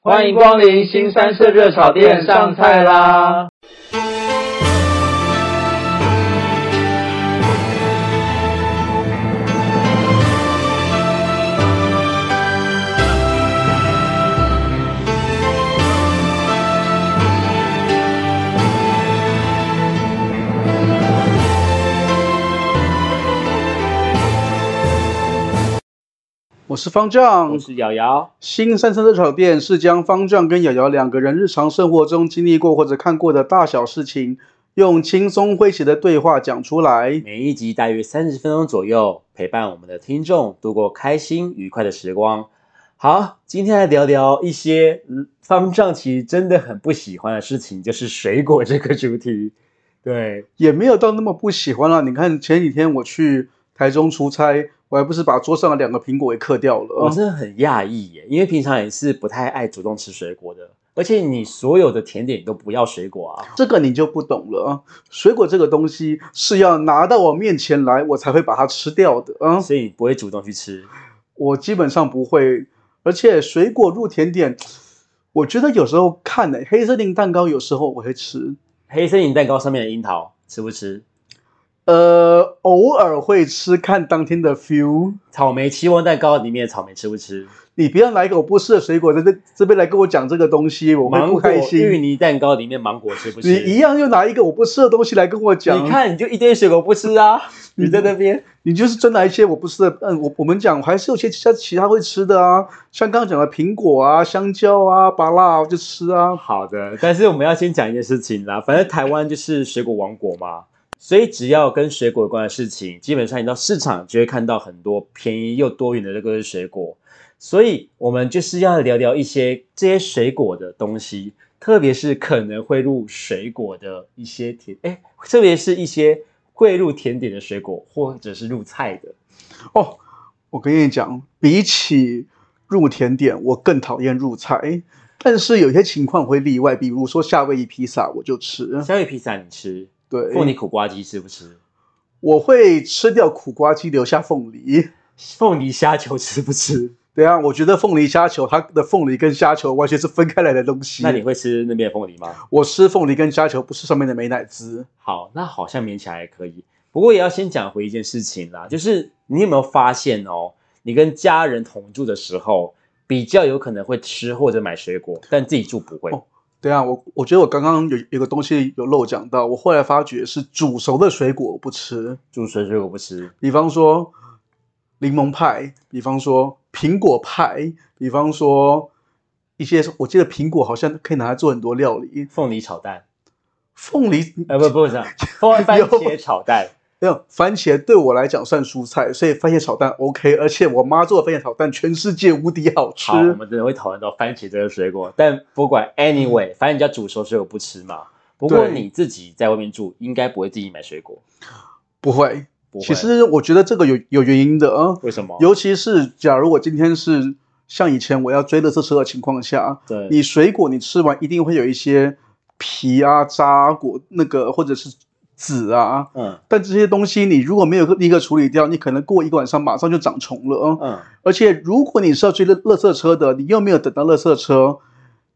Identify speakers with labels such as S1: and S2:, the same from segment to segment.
S1: 欢迎光临新三色热炒店，上菜啦！
S2: 我是方丈
S1: 我。是瑶瑶，
S2: 新三生热炒店是将方丈跟瑶瑶两个人日常生活中经历过或者看过的大小事情，用轻松诙谐的对话讲出来。
S3: 每一集大约三十分钟左右，陪伴我们的听众度过开心愉快的时光。好，今天来聊聊一些嗯方丈其实真的很不喜欢的事情，就是水果这个主题。对，
S2: 也没有到那么不喜欢啦。你看前几天我去台中出差，我还不是把桌上的两个苹果给嗑掉了。
S3: 我真的很讶异耶，因为平常也是不太爱主动吃水果的，而且你所有的甜点你都不要水果啊。
S2: 这个你就不懂了啊！水果这个东西是要拿到我面前来，我才会把它吃掉的啊！
S3: 所以你不会主动去吃，
S2: 我基本上不会，而且水果入甜点，我觉得有时候看呢、黑森林蛋糕有时候我会吃，
S3: 黑森林蛋糕上面的樱桃吃不吃？
S2: 呃，偶尔会吃，看当天的 feel。
S3: 草莓期望蛋糕里面的草莓吃不吃？
S2: 你不要来一个我不吃的水果，在这这边来跟我讲这个东西，我会
S3: 芒
S2: 不
S3: 果
S2: 开
S3: 芋
S2: 心。
S3: 泥蛋糕里面芒果吃不吃？
S2: 你一样又拿一个我不吃的东西来跟我讲，
S3: 你，看，你就一堆水果不吃 啊！你在那边，
S2: 你就是真拿一些我不吃的。嗯，我我们讲还是有些其他其他会吃的啊，像刚刚讲的苹果啊、香蕉啊、芭辣、啊、就吃啊。
S3: 好的，但是我们要先讲一件事情啦。反正台湾就是水果王国嘛，所以只要跟水果有关的事情，基本上你到市场就会看到很多便宜又多元的这个水果。所以我们就是要聊聊一些这些水果的东西，特别是可能会入水果的一些甜，哎，特别是一些会入甜点的水果，或者是入菜的。
S2: 哦，我跟你讲，比起入甜点，我更讨厌入菜。但是有些情况会例外，比如说夏威夷披萨，我就吃。
S3: 夏威夷披萨你吃，
S2: 对，
S3: 凤梨苦瓜鸡吃不吃？
S2: 我会吃掉苦瓜鸡，留下凤梨。
S3: 凤梨虾球吃不吃？
S2: 对啊，我觉得凤梨虾球，它的凤梨跟虾球完全是分开来的东西。
S3: 那你会吃那边的凤梨吗？
S2: 我吃凤梨跟虾球，不吃上面的美乃滋。
S3: 好，那好像勉强还可以。不过也要先讲回一件事情啦，就是你有没有发现哦，你跟家人同住的时候，比较有可能会吃或者买水果，但自己住不会。
S2: 哦对啊，我我觉得我刚刚有有个东西有漏讲到，我后来发觉是煮熟的水果我不吃，
S3: 住水水果不吃，
S2: 比方说柠檬派，比方说苹果派，比方说一些我记得苹果好像可以拿来做很多料理，
S3: 凤梨炒蛋，
S2: 凤梨
S3: 呃，不，不 是，番番茄炒蛋。
S2: 没有，番茄对我来讲算蔬菜，所以番茄炒蛋 OK。而且我妈做的番茄炒蛋，全世界无敌好吃。
S3: 好，我们真的会讨论到番茄这个水果，但不管 anyway，反正人家煮熟水果不吃嘛。不过
S2: 嗯对
S3: 你自己在外面住，应该不会自己买水果，
S2: 不会，
S3: 不会。
S2: 其实我觉得这个有有原因的啊，
S3: 为什么？
S2: 尤其是假如我今天是像以前我要追乐色车的情况下，
S3: 对，
S2: 呃你水果你吃完一定会有一些皮啊、渣啊果那个或者是籽啊，
S3: 嗯
S2: 但这些东西你如果没有立刻处理掉，你可能过一个晚上马上就长虫了啊。
S3: 嗯，
S2: 而且如果你是要追乐乐色车的，你又没有等到乐色车，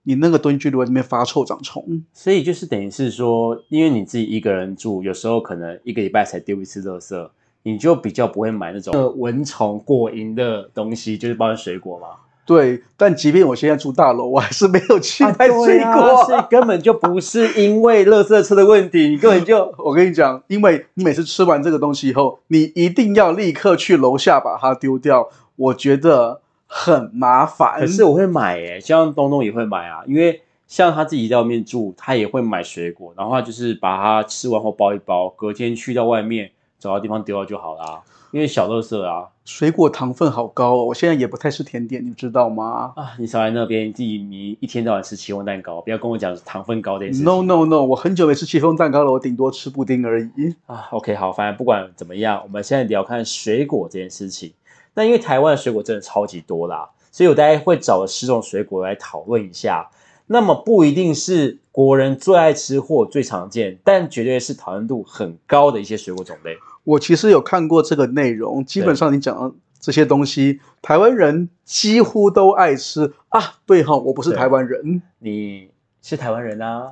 S2: 你那个东西就会在那边发臭长虫。
S3: 所以就是等于是说，因为你自己一个人住，有时候可能一个礼拜才丢一次垃圾，你就比较不会买那种
S2: 嗯
S3: 呃蚊虫过瘾的东西，就是包括水果嘛。
S2: 对，但即便我现在住大楼，我还是没有去买水果。
S3: 啊所以根本就不是因为垃圾车的问题，你根本就
S2: 我跟你讲，因为你每次吃完这个东西以后，你一定要立刻去楼下把它丢掉，我觉得很麻烦。
S3: 可是我会买耶、像东东也会买啊，因为像他自己在外面住，他也会买水果，然后他就是把它吃完后包一包，隔天去到外面找到地方丢掉就好啦，因为小垃圾啊。
S2: 水果糖分好高哦，我现在也不太吃甜点，你知道吗
S3: 啊，你少来那边，自己你一天到晚吃期望蛋糕，不要跟我讲糖分高这件事情。
S2: ？No No No，我很久没吃戚风蛋糕了，我顶多吃布丁而已。
S3: 啊，OK，好，反正不管怎么样，我们现在聊看水果这件事情。那因为台湾的水果真的超级多啦，所以我大概会找了十种水果来讨论一下。那么不一定是国人最爱吃或最常见，但绝对是讨论度很高的一些水果种类。
S2: 我其实有看过这个内容，基本上你讲的这些东西，台湾人几乎都爱吃啊。对哈，我不是
S3: 对
S2: 台湾人，
S3: 你是台湾人啊？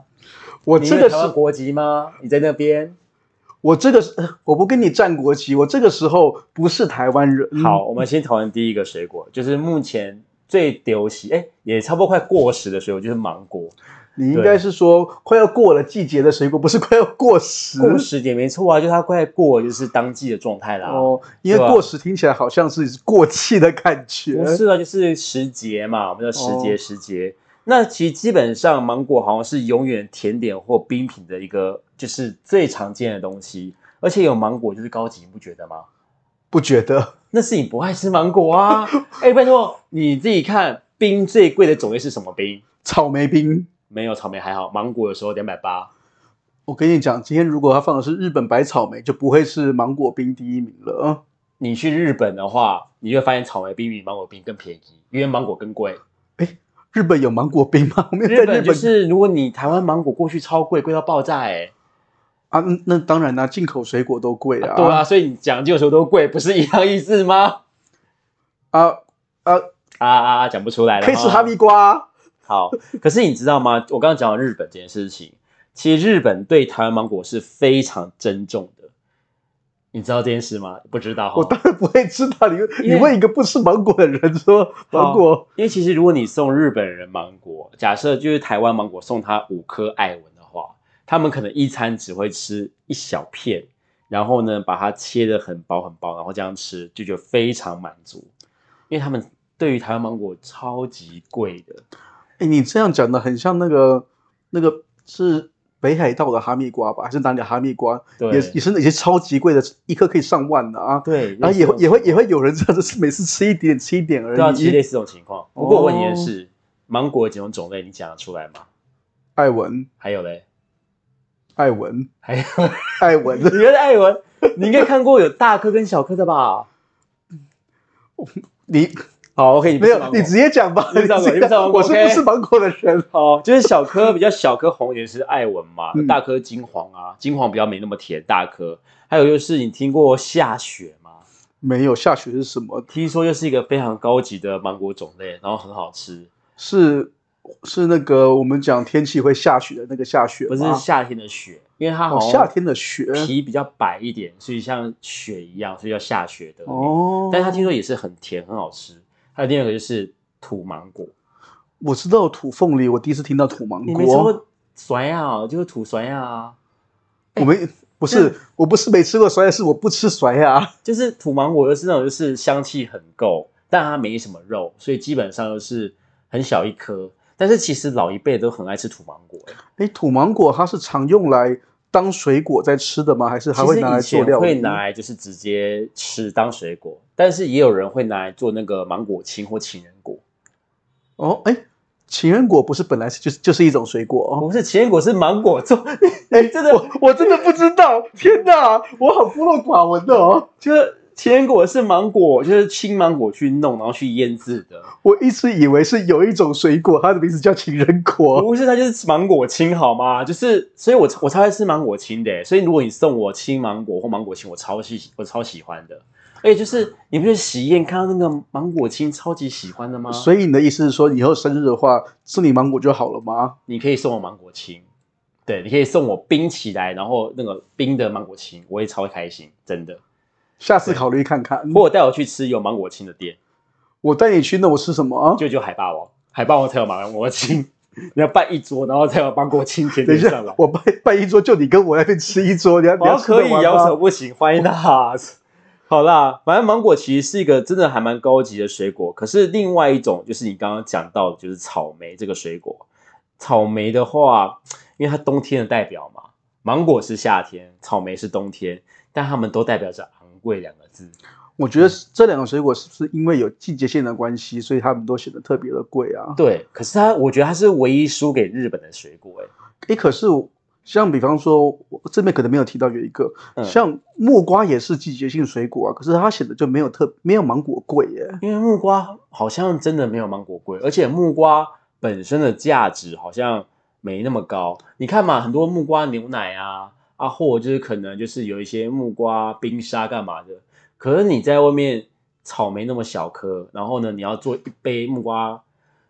S2: 我
S3: 你
S2: 这
S3: 有
S2: 个
S3: 台湾
S2: 是，
S3: 国籍吗？你在那边？
S2: 我这个是，呃我不跟你战国旗，我这个时候不是台湾人。
S3: 好，，我们先讨论第一个水果，就是目前最流行，哎，也差不多快过时的水果，就是芒果。
S2: 你应
S3: 对
S2: 该是说快要过了季节的水果，不是快要过时。
S3: 过时也没错啊，就它快过就是当季的状态啦。
S2: 哦，因为
S3: 对吧
S2: 过时听起来好像是过气的感觉。
S3: 不是啊，就是时节嘛，我们叫时节
S2: 哦
S3: 时节。那其实基本上芒果好像是永远甜点或冰品的一个，就是最常见的东西，而且有芒果就是高级，你不觉得吗？
S2: 不觉得？
S3: 那是你不爱吃芒果啊！哎，拜托你自己看，冰最贵的种类是什么冰？
S2: 草莓冰，
S3: 没有草莓还好，芒果有时候两百八。
S2: 我跟你讲，今天如果他放的是日本白草莓，就不会是芒果冰第一名了。
S3: 你去日本的话，你会发现草莓冰比芒果冰更便宜，因为芒果更贵。
S2: 日本有芒果冰吗？我没有在
S3: 日
S2: 日本
S3: 本就是，如果你台湾芒果过去超贵，贵到爆炸哎、
S2: 啊，嗯那当然啦、进口水果都贵啊。
S3: 对啊，所以你讲究的时候都贵，不是一样意思吗？
S2: 啊，啊
S3: 啊啊啊，讲不出来了。
S2: 可以吃哈密。瓜。
S3: 哦好，可是你知道吗？我刚刚讲到日本这件事情，其实日本对台湾芒果是非常珍重的。你知道这件事吗？不知道哈。
S2: 我当然不会知道，你
S3: 因为哦
S2: 你问一个不吃芒果的人说芒果，
S3: 因为其实如果你送日本人芒果，假设就是台湾芒果送他五颗艾文的话，他们可能一餐只会吃一小片，然后呢把它切得很薄很薄，然后这样吃就觉得非常满足，因为他们对于台湾芒果超级贵的，
S2: 哎，你这样讲的很像那个那个是北海道的哈密瓜吧，还是哪里的哈密瓜？
S3: 对
S2: 也也是那些超级贵的，一颗可以上万的啊。
S3: 对，
S2: 然
S3: 类
S2: 后
S3: 似
S2: 也会也
S3: 这种
S2: 会也会有人这样子，每次吃一点吃一点而
S3: 对啊，其实类
S2: 已。
S3: 似这种情
S2: 嗯
S3: 况。不过我问你的是，芒果几种种类你讲得出来吗？
S2: 艾文，
S3: 还有嘞，
S2: 艾文，
S3: 还有，
S2: 艾文，
S3: 你觉得艾文，你应该看过有大颗跟小颗的吧？
S2: 你
S3: 好，OK，你不
S2: 没
S3: 是
S2: 有
S3: 芒，果
S2: 你直接讲吧。
S3: 你不是芒果
S2: 直接
S3: 你不是芒果
S2: 我是不是芒果
S3: OK
S2: 的人？
S3: 哦， 就是小颗比较小颗红一点是艾文嘛，
S2: 嗯
S3: 大颗金黄啊，金黄比较没那么甜，大颗。还有就是你听过下雪吗？
S2: 没有，下雪是什么？
S3: 听说又是一个非常高级的芒果种类，然后很好吃，
S2: 是是那个我们讲天气会下雪的那个下雪
S3: 不是
S2: 吗
S3: 夏天的雪，因为它好
S2: 哦，
S3: 像
S2: 夏天的雪
S3: 皮比较白一点，所以像雪一样，所以叫下雪的。哦，
S2: 哦。
S3: 但是它听说也是很甜，很好吃。还有第二个就是土芒果，
S2: 我知道土凤梨，我第一次听到土芒
S3: 你没吃
S2: 果。
S3: 过酸呀、啊，就是土酸呀、啊。
S2: 我没
S3: 哎
S2: 不是，我不是没吃过酸菜，是我不吃啊酸呀。
S3: 就是土芒果，就是那种就是香气很够，但它没什么肉，所以基本上就是很小一颗。但是其实老一辈都很爱吃土芒果、欸，
S2: 哎，土芒果它是常用来当水果在吃的吗？还是还
S3: 其
S2: 会
S3: 实
S2: 拿来
S3: 以
S2: 做
S3: 前
S2: 料
S3: 会
S2: 理？
S3: 拿来就是直接吃当水果，但是也有人会拿来做那个芒果青或情人果。
S2: 哦，哎，情人果不是本来是就是就是一种水果哦。
S3: 不是情人果是芒果做，
S2: 哎，
S3: 真的
S2: 我我真的不知道，天哪，我好孤陋寡闻的哦。
S3: 就是情人果是芒果，就是青芒果去弄，然后去腌制的。
S2: 我一直以为是有一种水果，它的名字叫情人果。
S3: 不是，它就是芒果青，好吗？就是，所以我我超爱吃芒果青的欸，所以如果你送我青芒果或芒果青，我超喜我超喜欢的。而且就是，你不觉得喜宴看到那个芒果青超级喜欢的吗？
S2: 所以你的意思是说，你以后生日的话，吃你芒果就好了吗？
S3: 你可以送我芒果青，对，你可以送我冰起来，然后那个冰的芒果青，我也超开心，真的。
S2: 下次考虑看看。
S3: 或者带我去吃有芒果青的店，
S2: 我带你去，那我吃什么啊？
S3: 就就海霸王，海霸王才有芒果青，你要办一桌，然后才有芒果青 甜
S2: 等
S3: 点
S2: 一
S3: 上
S2: 下
S3: 来，。
S2: 我办办一桌，就你跟我那边吃一桌，你要你
S3: 好
S2: 要
S3: 像哦可以，
S2: 摇
S3: 摇手不行，欢迎啦。 好啦，反正芒果其实是一个真的还蛮高级的水果。可是另外一种就是你刚刚讲到的，就是草莓这个水果。草莓的话，因为它冬天的代表嘛，芒果是夏天，草莓是冬天，但它们都代表着昂贵两个字。
S2: 我觉得这两个水果是不是因为有季节性的关系，所以它们都显得特别的贵啊？
S3: 对，可是它，我觉得它是唯一输给日本的水果、欸。
S2: 诶，可是我像比方说，我这边可能没有提到有一个，
S3: 嗯
S2: 像木瓜也是季节性水果啊，可是它显得就没有特没有芒果贵耶。
S3: 因为木瓜好像真的没有芒果贵，而且木瓜本身的价值好像没那么高。你看嘛，很多木瓜牛奶啊，啊，或者就是可能就是有一些木瓜冰沙干嘛的，可是你在外面草莓那么小颗，然后呢，你要做一杯木瓜，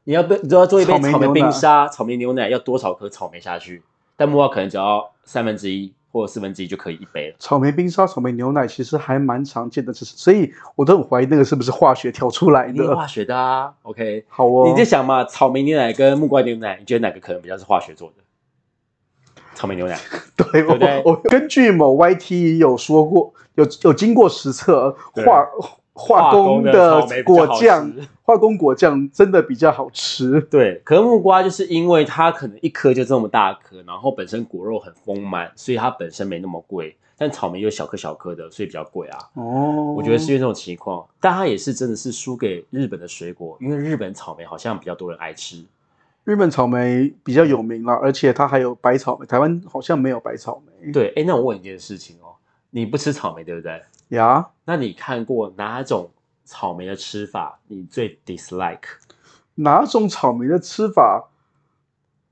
S3: 你要杯你要做一杯
S2: 草莓
S3: 草莓
S2: 牛奶
S3: 冰沙、草莓牛奶，要多少颗草莓下去？但木瓜可能只要三分之一或者四分之一就可以一杯了。
S2: 草莓冰沙、草莓牛奶其实还蛮常见的，只是所以我都很怀疑那个是不是化学调出来
S3: 一定是
S2: 的。
S3: 化学的啊，OK？
S2: 好哦，
S3: 你在想嘛，草莓牛奶跟木瓜牛奶，你觉得哪个可能比较是化学做的？草莓牛奶，
S2: 对
S3: 不对
S2: 我我根据某 YT 有说过，有有经过实测，
S3: 对
S2: 化化工
S3: 的草莓比较
S2: 果
S3: 好吃
S2: 酱，化工果酱真的比较好吃。
S3: 对，可是木瓜就是因为它可能一颗就这么大颗，然后本身果肉很丰满，所以它本身没那么贵。但草莓又小颗小颗的，所以比较贵啊。
S2: 哦，
S3: 我觉得是因为这种情况，但它也是真的是输给日本的水果，因为日本草莓好像比较多人爱吃。
S2: 日本草莓比较有名啦，
S3: 嗯
S2: 而且它还有白草莓，台湾好像没有白草莓。
S3: 对，哎，那我问你一件事情哦，你不吃草莓对不对？
S2: 呀，
S3: 那你看过哪种草莓的吃法你最 dislike？
S2: 哪种草莓的吃法？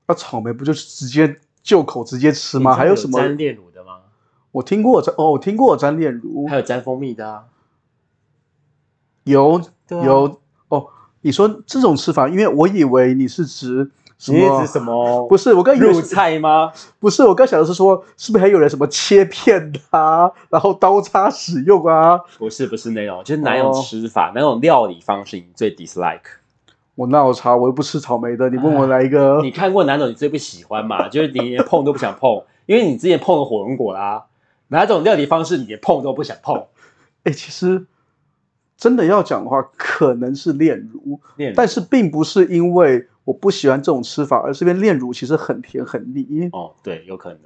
S2: 那、草莓不就是直接就口直接吃吗？
S3: 你知道
S2: 还有什么？
S3: 沾炼乳的吗？
S2: 我听过沾哦，我听过沾炼乳，
S3: 还有沾蜂蜜的啊？
S2: 有
S3: 对啊
S2: 有哦，你说这种吃法，因为我以为你是指什
S3: 你是
S2: 么？
S3: 指什么？
S2: 不是，我刚以为
S3: 入
S2: 是
S3: 菜吗？
S2: 不是，我刚想的是说，是不是还有人什么切片的啊，然后刀叉使用啊？
S3: 不是不是那种，就是哪种
S2: 哦
S3: 吃法、哪种料理方式你最 dislike？
S2: 我那我查，我又不吃草莓的，你
S3: 啊
S2: 问我来一个
S3: 你看过哪种你最不喜欢嘛？就是你连碰都不想碰， 因为你之前碰了火龙果啦。哪种料理方式你连碰都不想碰？
S2: 哎、其实真的要讲的话，可能是炼乳，
S3: 炼乳
S2: 但是并不是因为我不喜欢这种吃法，而是因为炼乳其实很甜很腻。
S3: 哦，对，有可能。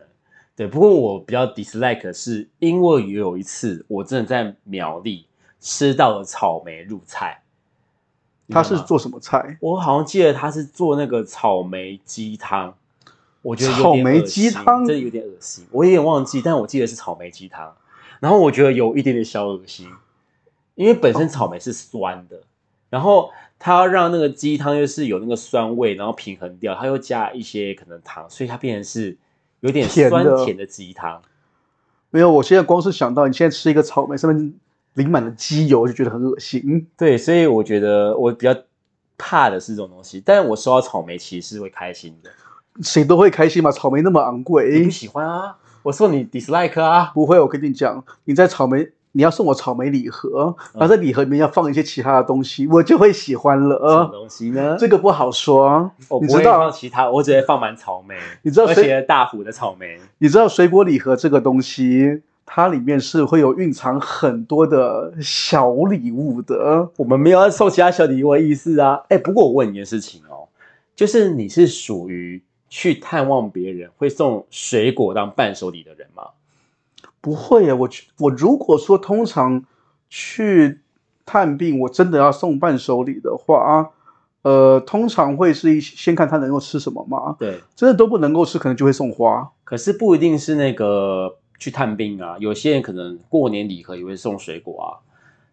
S3: 对，不过我比较 dislike 的是，因为有一次我真的在苗栗吃到了草莓入菜，你
S2: 它
S3: 知道
S2: 是
S3: 吗
S2: 做什么菜？
S3: 我好像记得他是做那个草莓鸡汤，我觉得有
S2: 草
S3: 点
S2: 莓
S3: 恶心
S2: 鸡汤
S3: 真的有点恶心，我有点忘记，但我记得是草莓鸡汤。然后我觉得有一点点小恶心，因为本
S2: 哦
S3: 身草莓是酸的，然后它要让那个鸡汤就是有那个酸味，然后平衡掉，它又加一些可能糖，所以它变成是有点
S2: 甜的
S3: 酸甜的鸡汤。
S2: 没有，我现在光是想到你现在吃一个草莓上面淋满了鸡油，就觉得很恶心。
S3: 对，所以我觉得我比较怕的是这种东西，但我收到草莓其实是会开心的。
S2: 谁都会开心嘛，草莓那么昂
S3: 你
S2: 贵
S3: 不。喜欢啊？我说你 dislike 啊？
S2: 不会，我跟你讲，你在草莓，你要送我草莓礼盒，
S3: 嗯
S2: 然后在礼盒里面要放一些其他的东西，我就会喜欢
S3: 什么
S2: 了。
S3: 东西呢？
S2: 这个不好说，啊
S3: 我
S2: 你
S3: 不
S2: 知
S3: 会
S2: 道
S3: 放其他，我只会放满草莓。
S2: 你知道
S3: 而
S2: 谁
S3: 且大虎的草莓，
S2: 你知道水果礼盒这个东西，它里面是会有蕴藏很多的小礼物的。
S3: 我们没有要送其他小礼物的意思啊。哎，不过我问你一件事情哦，就是你是属于去探望别人会送水果当伴手礼的人吗？
S2: 不会啊，我去我如果说通常去探病，我真的要送伴手礼的话，呃，通常会是一先看他能够吃什么嘛。
S3: 对，
S2: 真的都不能够吃，可能就会送花。
S3: 可是不一定是那个去探病啊，有些人可能过年礼盒也会送水果啊，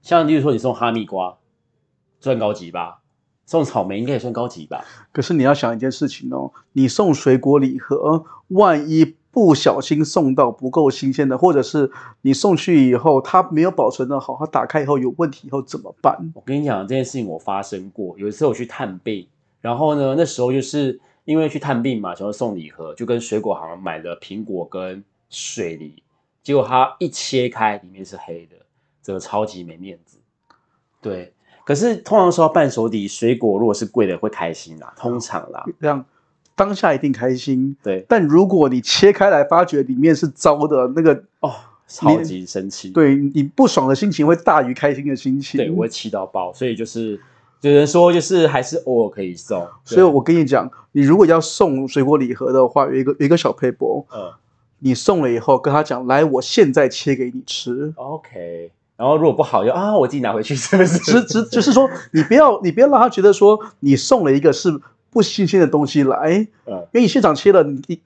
S3: 像例如说你送哈密瓜，算高级吧？送草莓应该也算高级吧？
S2: 可是你要想一件事情哦，你送水果礼盒，万一不小心送到不够新鲜的，或者是你送去以后它没有保存的好，它打开以后有问题以后怎么办？
S3: 我跟你讲这件事情，我发生过。有一次我去探病，然后呢，那时候就是因为去探病嘛，想要送礼盒，就跟水果行买了苹果跟水梨，结果它一切开，里面是黑的，真的超级没面子。对，可是通常说到伴手礼，水果如果是贵的会开心啦，通常啦，
S2: 这样当下一定开心，
S3: 对
S2: 但如果你切开来发觉里面是糟的，那个
S3: 哦，超级生气，
S2: 对你不爽的心情会大于开心的心情。
S3: 对，我会气到爆，所以就是有人说就是还是偶尔可以送，对
S2: 所以我跟你讲，你如果要送水果礼盒的话，有一个有一个小 paper，
S3: 呃
S2: 你送了以后跟他讲，来，我现在切给你吃。
S3: OK，然后如果不好就啊，我自己拿回去，是不是？
S2: 只只就是说，你不要你不要让他觉得说你送了一个是不新鲜的东西来，哎因
S3: 嗯，
S2: 为你现场切了，你你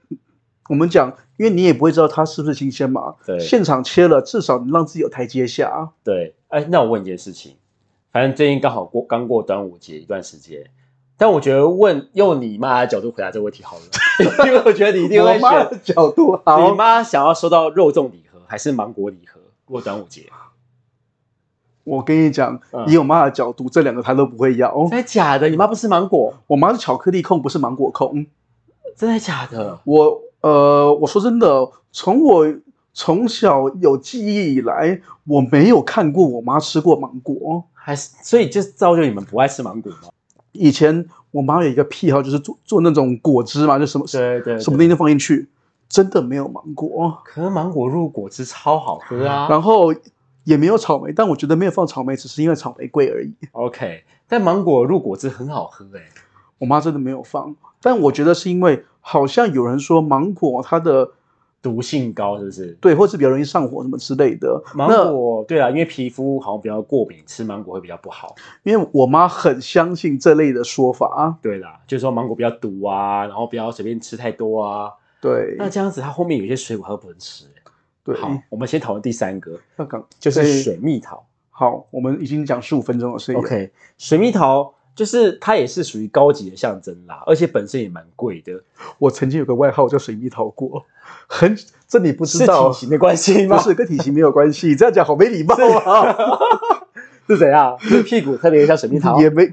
S2: 我们讲，因为你也不会知道它是不是新鲜嘛。
S3: 对
S2: 现场切了，至少你让自己有台阶下。啊
S3: 对，哎，那我问一件事情，反正最近刚好过刚过端午节一段时间，但我觉得问用你妈的角度回答这个问题好了， 因为我觉得你一定
S2: 我
S3: 会
S2: 妈
S3: 选
S2: 的角度
S3: 你
S2: 好，
S3: 妈想要收到肉粽礼盒还是芒果礼盒过端午节？
S2: 我跟你讲
S3: 嗯，
S2: 以我妈的角度，这两个她都不会要。
S3: 真的假的？你妈不吃芒果？
S2: 我妈是巧克力控，不是芒果控。
S3: 真的假的？
S2: 我呃，我说真的，从我从小有记忆以来，我没有看过我妈吃过芒果。
S3: 还是所以就造就你们不爱吃芒果吗？
S2: 以前我妈有一个癖好，就是做做那种果汁嘛，就什么
S3: 对对啊
S2: 什么东西都放进去，真的没有芒果，
S3: 可是芒果入果汁超好喝啊。
S2: 然后也没有草莓，但我觉得没有放草莓，只是因为草莓贵而已。
S3: OK，但芒果入果汁很好喝哎、
S2: 我妈真的没有放，但我觉得是因为好像有人说芒果它的
S3: 毒性高是不是？
S2: 对，或是比较容易上火什么之类的。
S3: 芒
S2: 那
S3: 果对啊，因为皮肤好像比较过敏，吃芒果会比较不好。
S2: 因为我妈很相信这类的说法，
S3: 对啦，就是说芒果比较毒啊，然后不要随便吃太多啊。
S2: 对
S3: 那这样子，它后面有些水果它都不能吃、欸。
S2: 对。嗯
S3: 好，我们先讨论第三个，
S2: 那港
S3: 就是水蜜桃。
S2: 好，我们已经讲十五分钟了，所以
S3: OK，水蜜桃就是它也是属于高级的象征啦，而且本身也蛮贵的，
S2: 我曾经有个外号叫水蜜桃过，很这你不知
S3: 是
S2: 道
S3: 体，型的关系吗？
S2: 不是跟体型没有关系， 这样讲好没礼貌啊，
S3: 是怎样？是 屁股特别像水蜜桃？
S2: 也没。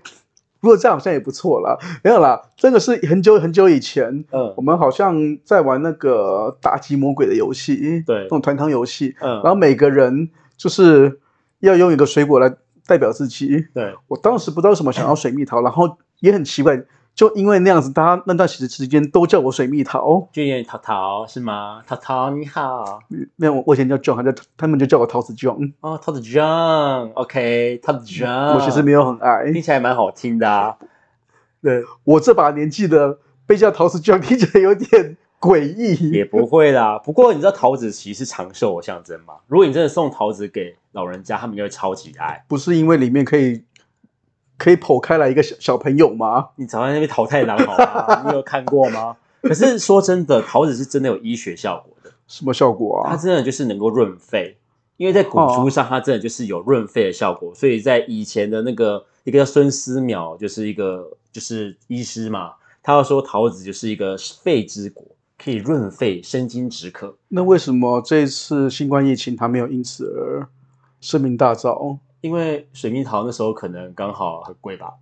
S2: 如果这样好像也不错啦，没有啦，这个是很久很久以前，
S3: 嗯
S2: 我们好像在玩那个打击魔鬼的游戏，
S3: 对
S2: 那种团康游戏，
S3: 嗯，
S2: 然后每个人就是要用一个水果来代表自己。
S3: 对，
S2: 我当时不知道为什么想要水蜜桃，然后也很奇怪，就因为那样子，大家那段时时间都叫我水蜜桃。
S3: 就有点桃桃是吗？桃桃你好，
S2: 没有，我以前叫 John，他叫他们就叫我桃子 John，、
S3: 哦，桃子 John，OK，、桃子 John，
S2: 嗯我其实没有很爱
S3: 听。起来蛮好听的、啊，
S2: 对，我这把年纪的被叫桃子 John 听起来有点诡
S3: 也
S2: 异。
S3: 不会啦。不过你知道桃子其实是长寿的象征嘛？如果你真的送桃子给老人家，他们就会超级爱。
S2: 不是因为里面可以可以剖开来一个小小朋友吗？
S3: 你早在那边淘汰狼好吗？你有看过吗？可是说真的，桃子是真的有医学效果的，
S2: 什么效果
S3: 它
S2: 啊？
S3: 真的就是能够润肺，因为在古
S2: 哦
S3: 书上它真的就是有润肺的效果，所以在以前的那个一个叫孙思邈，就是一个就是医师嘛，他要说桃子就是一个肺之果，可以润肺、生津止渴。
S2: 那为什么这次新冠疫情他没有因此而声名大噪？
S3: 因为水蜜桃那时候可能刚好很贵 吧，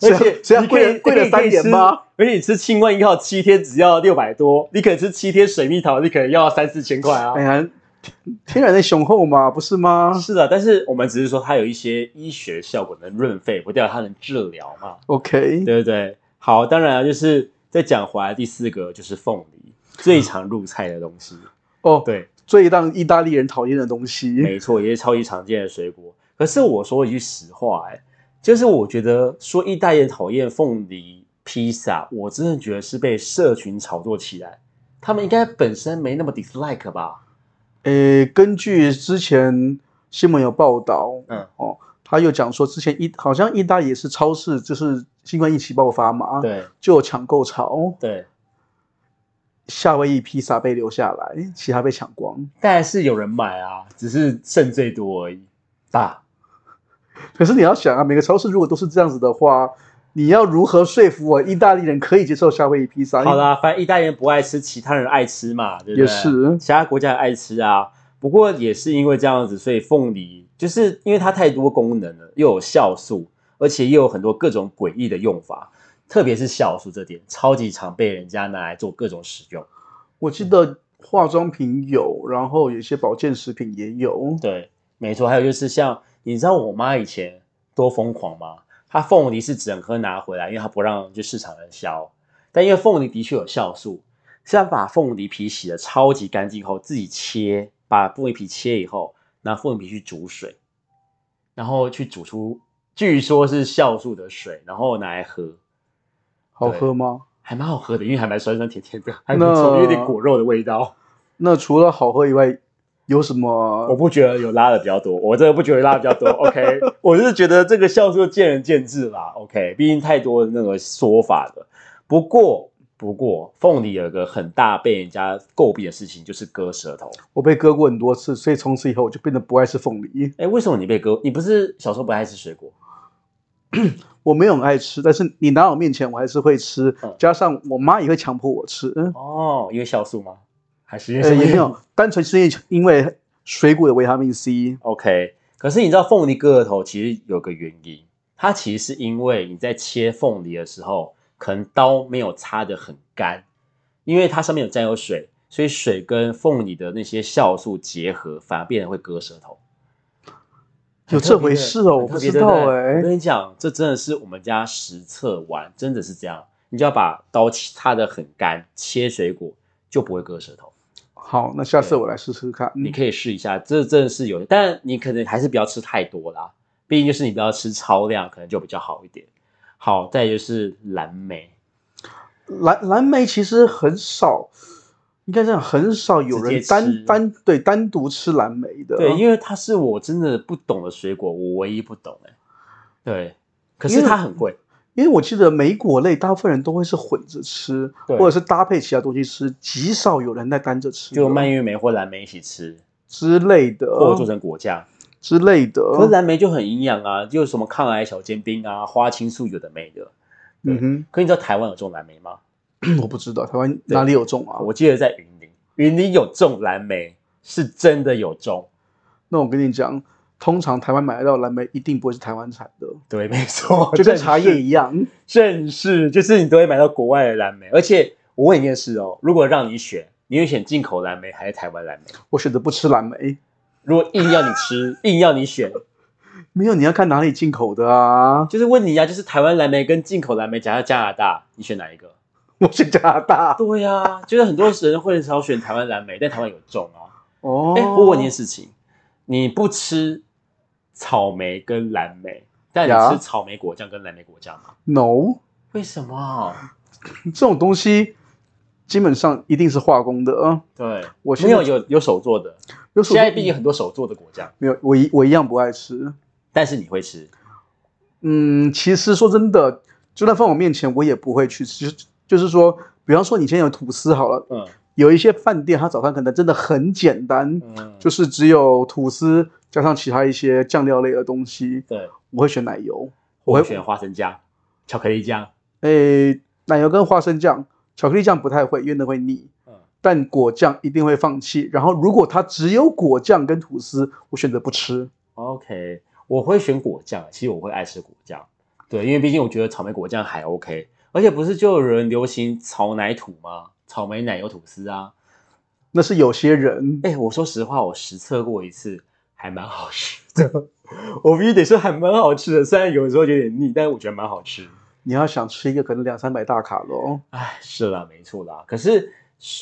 S2: 所以
S3: 而且
S2: 所以它
S3: 你可
S2: 贵了
S3: 以
S2: 贵了三年吗？
S3: 你可以吃而且你吃清冠一号七天只要六百多，你可能吃七天水蜜桃，你可能要三四千块啊。
S2: 哎呀，天天然的雄厚嘛，不是吗
S3: 是的，但是我们只是说它有一些医学效果，能润肺，不代表它能治疗嘛，
S2: ？OK，
S3: 对不对？好，当然啊，就是再讲回来，第四个就是凤梨，最常入菜的东西。
S2: 哦，
S3: 对，
S2: 最让意大利人讨厌的东西，
S3: 没错，也是超级常见的水果。可是我说一句实话、哎，就是我觉得说意大利人讨厌凤梨披萨，我真的觉得是被社群炒作起来，他们应该本身没那么 dislike 吧？
S2: 呃，根据之前新闻有报道，
S3: 嗯，
S2: 哦，他又讲说之前意好像意大利也是超市就是新冠疫情爆发嘛，，
S3: 对
S2: 就有抢购潮，
S3: 对，
S2: 夏威夷披萨被留下来，其他被抢光。
S3: 但是有人买啊，只是剩最多而已。大
S2: 可是你要想啊，每个超市如果都是这样子的话，你要如何说服我意大利人可以接受夏威夷披萨？
S3: 好啦，反正意大利人不爱吃，其他人爱吃嘛，对不对？
S2: 也是
S3: 其他国家也爱吃啊。不过也是因为这样子，所以凤梨就是因为它太多功能了，又有酵素，而且又有很多各种诡异的用法，特别是酵素这点，超级常被人家拿来做各种使用。
S2: 我记得化妆品有，然后有一些保健食品也有。
S3: 对，没错。还有就是像你知道我妈以前多疯狂吗？她凤梨是只能喝拿回来，因为她不让就市场人销。但因为凤梨的确有酵素，是她把凤梨皮洗的超级干净后，自己切，把凤梨皮切以后，拿凤梨皮去煮水，然后去煮出据说是酵素的水，然后拿来喝，
S2: 好喝吗？
S3: 还蛮好喝的，因为还蛮酸酸甜甜的，还不错，
S2: 那
S3: 有点果肉的味道。
S2: 那除了好喝以外，有什
S3: 我
S2: 么？
S3: 不觉得有拉的比较多，我真的不觉得拉的比较多。OK，我 是觉得这个酵素见仁见智啦。OK，毕竟太多的那个说法了。不过，不过凤梨有一个很大被人家诟病的事情，就是割舌头。
S2: 我被割过很多次，所以从此以后我就变得不爱吃凤梨。
S3: 哎，为什么你被割？你不是小时候不爱吃水果？
S2: 我没有很爱吃，但是你拿我面前，我还是会吃
S3: 嗯。
S2: 加上我妈也会强迫我吃，
S3: 哦，因为酵素吗？还是因为
S2: 呃，
S3: 什么
S2: 也没有，单纯是因为因为水果有维他命 C。
S3: ？OK，可是你知道凤梨割头其实有个原因，它其实是因为你在切凤梨的时候，可能刀没有擦得很干，因为它上面有沾有水，所以水跟凤梨的那些酵素结合，反而变得会割舌头。
S2: 有这回事哦，我
S3: 很
S2: 不
S3: 特别
S2: 知
S3: 对
S2: 道
S3: 对
S2: 哎、
S3: 我跟你讲，这真的是我们家实测完，真的是这样。你就要把刀擦得很干，切水果就不会割舌头。
S2: 好，那下次
S3: 对
S2: 我来试试看。
S3: 你
S2: 嗯，
S3: 可以试一下，这真的是有，但你可能还是不要吃太多啦，毕竟就是你不要吃超量，可能就比较好一点。好，再来就是蓝莓，
S2: 蓝蓝莓其实很少，应该这样，很少有
S3: 直接
S2: 人
S3: 吃
S2: 单单对单独吃蓝莓的。嗯
S3: 对，
S2: 为
S3: 因为它是我真的不懂的水果，我唯一不懂哎、对，可是
S2: 因为
S3: 它很贵，
S2: 因为我记得莓果类大部分人都会是混着吃，
S3: 对
S2: 或者是搭配其他东西吃，极少有人在单着吃的，
S3: 就蔓越莓或蓝莓一起吃，
S2: 之类的，
S3: 或者做成果酱。
S2: 之类的。
S3: 可是蓝莓就很营养啊，就有什么抗癌小尖兵啊、花青素有的没的。对
S2: 嗯
S3: 可你知道台湾有种蓝莓吗？
S2: 哼，我不知道台湾哪里有种啊？
S3: 我记得在云林，云林有种蓝莓，是真的有种。
S2: 那我跟你讲，通常台湾买得到蓝莓一定不会是台湾产的，
S3: 对，没错，
S2: 就跟
S3: 正
S2: 茶
S3: 哦是
S2: 叶一样。
S3: 正是，就是你都会买到国外的蓝莓。而且我问你一件事哦，如果让你选，你会选进口蓝莓还是台湾蓝莓？
S2: 我选择不吃蓝莓，
S3: 如果硬要你 吃，硬要你选，
S2: 没有你要看哪里进口的啊。
S3: 就是问你呀、就是台湾蓝莓跟进口蓝莓夹在加拿大，你选哪一个？
S2: 我选加拿大。
S3: 对呀、就是很多人会很少选台湾蓝莓，但台湾有种啊。
S2: 哦，
S3: 哎、我问你件事情，你不吃草莓跟蓝莓，但
S2: 呀
S3: 你吃草莓果酱跟蓝莓果酱吗？
S2: ，no，
S3: 为什么？
S2: 这种东西基本上一定是化工的啊。
S3: 对，
S2: 我现
S3: 没
S2: 在
S3: 有有有手做的，
S2: 有手
S3: 现在毕竟很多手做的果酱。
S2: 没有，我一我一样不爱吃。
S3: 但是你会吃，
S2: 嗯，其实说真的，就算放我面前，我也不会去吃。就是就是说，比方说你现在有吐司好了，
S3: 嗯
S2: 有一些饭店它早餐可能真的很简单，
S3: 嗯，
S2: 就是是只有吐司加上其他一些酱料类的东西，
S3: 对，
S2: 我会选奶油。
S3: 我
S2: 我
S3: 会
S2: 会
S3: 选花生酱、巧克力酱，
S2: 诶，奶油跟花生酱、巧克力酱不太会，因为那会腻。
S3: 嗯，
S2: 但果酱一定会放弃。然后，如果它只有果酱跟吐司，我选择不吃。
S3: OK，我会选果酱，其实我会爱吃果酱，对，因为毕竟我觉得草莓果酱还 OK，而且不是就有人流行草奶吐吗？草莓奶油吐司啊，
S2: 那是有些人，
S3: 哎，我说实话，我实测过一次，还蛮好吃的， 我必须得说还蛮好吃的，虽然有时候有点腻，但是我觉得蛮好吃。
S2: 你要想吃一个可能两三百大卡的哦。
S3: 哎，是啦，没错啦。可是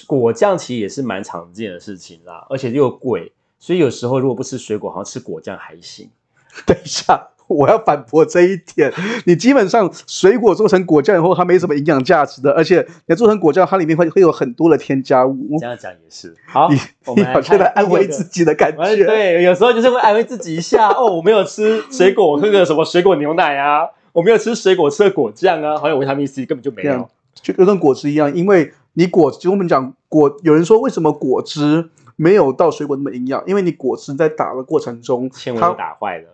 S3: 果酱其实也是蛮常见的事情啦，而且又贵，所以有时候如果不吃水果，好像吃果酱还行。
S2: 等一下，我要反驳这一点。你基本上水果做成果酱以后，它没什么营养价值的，而且你做成果酱，它里面会会有很多的添加物
S3: 这。样讲也是。好
S2: 你，
S3: 我
S2: 你
S3: 们
S2: 好像在安慰自
S3: 己。
S2: 己的感
S3: 哎
S2: 觉。
S3: 对，有时候就是会安慰自己一下哦，我没有吃水果，我喝个什么水果牛奶啊，我没有吃水果，吃了果酱啊，好像有维他命 C 根本就没
S2: 这样
S3: 有。
S2: 就就跟果汁一样，因为你果，就我们讲果，有人说为什么果汁没有到水果那么营养？因为你果汁在打的过程中，
S3: 纤维
S2: 它
S3: 都打坏了，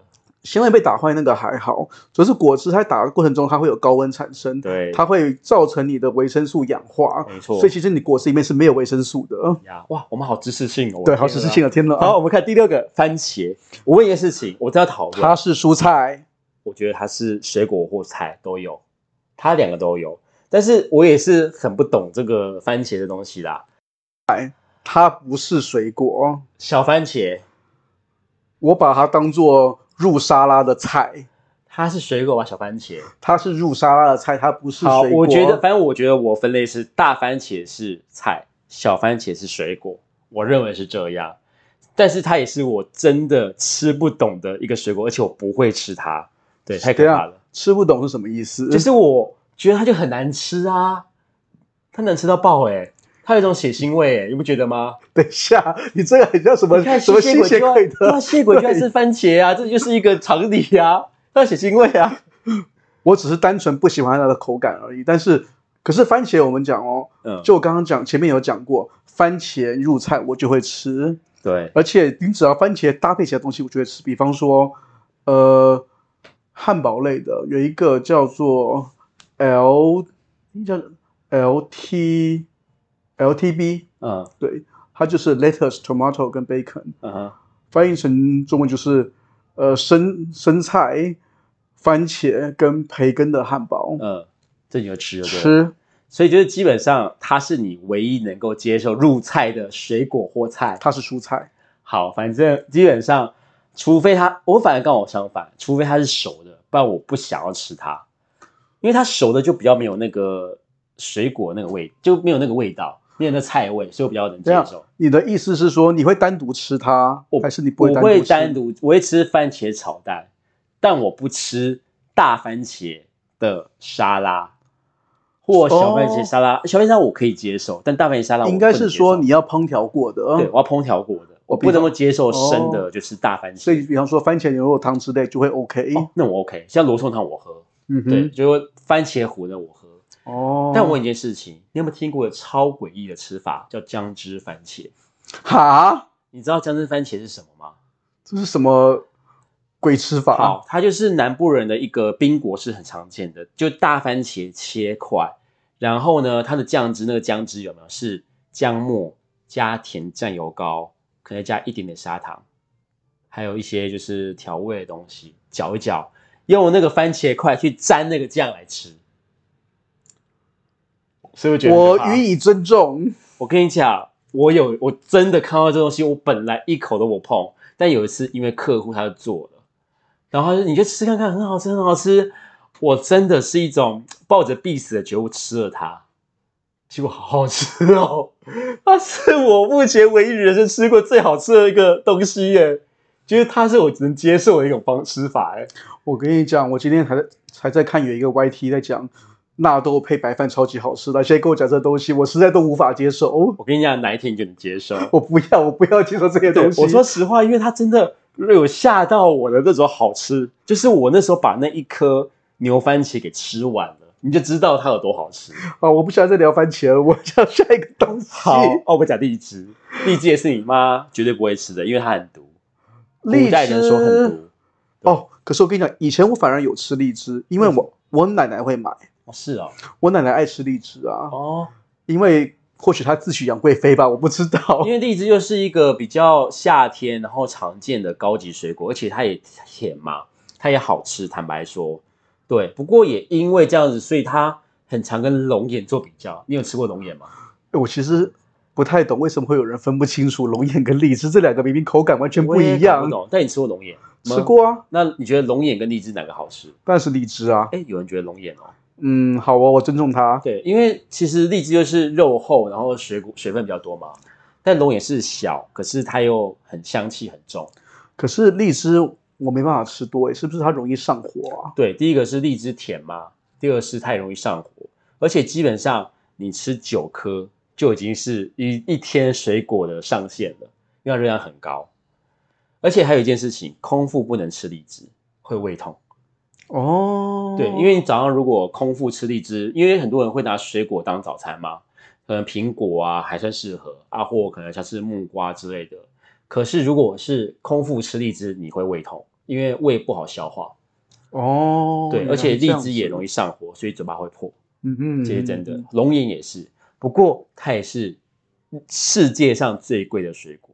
S2: 纤维被打坏那个还好，主要是果汁在打的过程中，它会有高温产生，
S3: 对，
S2: 它会造成你的维生素氧化，
S3: 没错
S2: 所以其实你果汁里面是没有维生素的。
S3: 呀，哇，我们好知识性哦，我的
S2: 对，好
S3: 天
S2: 实
S3: 啊
S2: 性了，天哪！
S3: 好，我们看第六个番茄。我问一件事情，我真的要讨论。
S2: 它是蔬菜，
S3: 我觉得它是水果或菜都有，它两个都有。但是我也是很不懂这个番茄的东西啦。
S2: 它不是水果，
S3: 小番茄
S2: 我把它当做入沙拉的菜，
S3: 它是水果吧？小番茄。
S2: 它是入沙拉的菜，它不是水
S3: 好，
S2: 果。
S3: 我觉得，反正我觉得我分类是大番茄是菜，小番茄是水果，我认为是这样。但是它也是我真的吃不懂的一个水果，而且我不会吃它，对，太可
S2: 对
S3: 怕
S2: 啊
S3: 了。，
S2: 吃不懂是什么意思？
S3: 就是我觉得它就很难吃啊，它难吃到爆哎、它有一种血腥味哎、你不觉得吗？
S2: 等一下，你这个很像什么
S3: 你看
S2: 什么
S3: 吸
S2: 吸
S3: 血鬼
S2: 血
S3: 就要
S2: 鬼
S3: 对啊，
S2: 的？
S3: 吸血鬼就要吃番茄啊，这就是一个常理啊，它有血腥味啊。
S2: 我只是单纯不喜欢它的口感而已。但是，可是番茄我们讲哦，
S3: 嗯，
S2: 就我刚刚讲前面有讲过，番茄入菜我就会吃，
S3: 对，
S2: 而且你只要番茄搭配其他东西，我就会吃。比方说，呃，汉堡类的有一个叫做 L，那叫 LT LTB，
S3: 嗯
S2: 对，它就是 lettuce、tomato 跟 bacon。
S3: 嗯哼，
S2: 翻译成中文就是呃生生菜、番茄跟培根的汉堡
S3: 嗯，这你就吃了，对了。
S2: 吃，
S3: 所以就是基本上它是你唯一能够接受入菜的水果或菜。
S2: 它是蔬菜，
S3: 好，反正基本上，除非它，我反而刚好相反，除非它是熟的，不然我不想要吃它，因为它熟的就比较没有那个水果那个味，就没有那个味道，没有那菜味，所以我比较能接
S2: 这样
S3: 受。
S2: 你的意思是说你会单独吃它
S3: 我，
S2: 还是你不会
S3: 我
S2: 单独
S3: 会
S2: 吃
S3: 单独，我会吃番茄炒蛋，但我不吃大番茄的沙拉。或小番茄沙拉，小番茄沙拉我可以接受，但大番茄沙拉我
S2: 应该
S3: 不能
S2: 是
S3: 接
S2: 说
S3: 受
S2: 你要烹调过的，
S3: 对，我要烹调过的，我不能够接受生的，就是大番茄。
S2: 哦所以比方说番茄牛肉汤之类就会 OK。
S3: 哦，那我 OK，像罗宋汤我喝，
S2: 嗯
S3: 对，
S2: 哼，
S3: 就是番茄糊的我喝。
S2: 哦，
S3: 但我问一件事情，你有没有听过超诡异的吃法，叫姜汁番茄？
S2: 哈，
S3: 你知道姜汁番茄是什么吗？
S2: 这是什么鬼吃法？
S3: 好，它就是南部人的一个冰果是很常见的，就大番茄切块，然后呢，它的酱汁那个姜汁有没有是姜末加甜酱油膏，可能加一点点砂糖，还有一些就是调味的东西，搅一搅，用那个番茄块去沾那个酱来吃。所以我觉得
S2: 我
S3: 很可怕
S2: 予以尊重。
S3: 我跟你讲，我有我真的看到这东西，我本来一口都不碰，但有一次因为客户他就做了，然后他就你就吃看看，很好吃，很好吃。我真的是一种抱着必死的觉悟吃了它，结果好好吃哦！ 它是我目前唯一人生吃过最好吃的一个东西耶，就是它是我能接受的一种方吃法哎。
S2: 我跟你讲，我今天才在才在看有一个 YT 在讲纳豆配白饭超级好吃的，现在跟我讲这东西，我实在都无法接受。
S3: 我跟你讲，哪一天你就能接受？
S2: 我不要，我不要接受这些
S3: 对
S2: 东，西。
S3: 我说实话，因为它真的有吓到我的那种好吃，就是我那时候把那一颗牛番茄给吃完了，你就知道它有多好吃。
S2: 啊，我不想再聊番茄了，我想下一个东西。
S3: 好，哦，我们讲荔枝，荔枝也是你妈绝对不会吃的，因为它很毒，
S2: 荔
S3: 古代人说很
S2: 枝
S3: 毒。
S2: 哦，可是我跟你讲，以前我反而有吃荔枝，因为
S3: 嗯
S2: 我我奶奶会买，
S3: 哦，是哦，
S2: 我奶奶爱吃荔枝啊。
S3: 哦，
S2: 因为或许她自诩杨贵妃吧，我不知道
S3: 哦因。为荔枝又是一个比较夏天然后常见的高级水果，而且它也甜嘛，它也好吃。坦白说，对，不过也因为这样子，所以它很常跟龙眼做比较。你有吃过龙眼吗？
S2: 哎我其实不太懂为什么会有人分不清楚龙眼跟荔枝这两个明明口感完全
S3: 我
S2: 不
S3: 也
S2: 一样
S3: 搞不。懂，嗯但你吃过龙眼？
S2: 吃。过啊，
S3: 那你觉得龙眼跟荔枝哪个好吃？
S2: 但是荔枝啊，
S3: 哎，有人觉得龙眼哦。
S2: 嗯，好哦，我尊重它。
S3: 对，因为其实荔枝就是肉厚，然后水果水分比较多嘛。但龙眼是小，可是它又很香气很重。
S2: 可是荔枝我没办法吃多，哎，是不是它容易上火啊？
S3: 对，第一个是荔枝甜嘛，第二个是太容易上火，而且基本上你吃九颗就已经是一一天水果的上限了，因为它热量很高。而且还有一件事情，空腹不能吃荔枝，会胃痛。
S2: 哦，
S3: 对，因为你早上如果空腹吃荔枝，因为很多人会拿水果当早餐嘛，可能苹果啊还算适合啊，或可能像是木瓜之类的。可是如果是空腹吃荔枝，你会胃痛，因为胃不好消化。
S2: 哦，
S3: 对，而且荔枝也容
S2: 易，
S3: 易上火，所以嘴巴会破，
S2: 嗯嗯，
S3: 这是真的。龙眼也是，不过它也是世界上最贵的水果。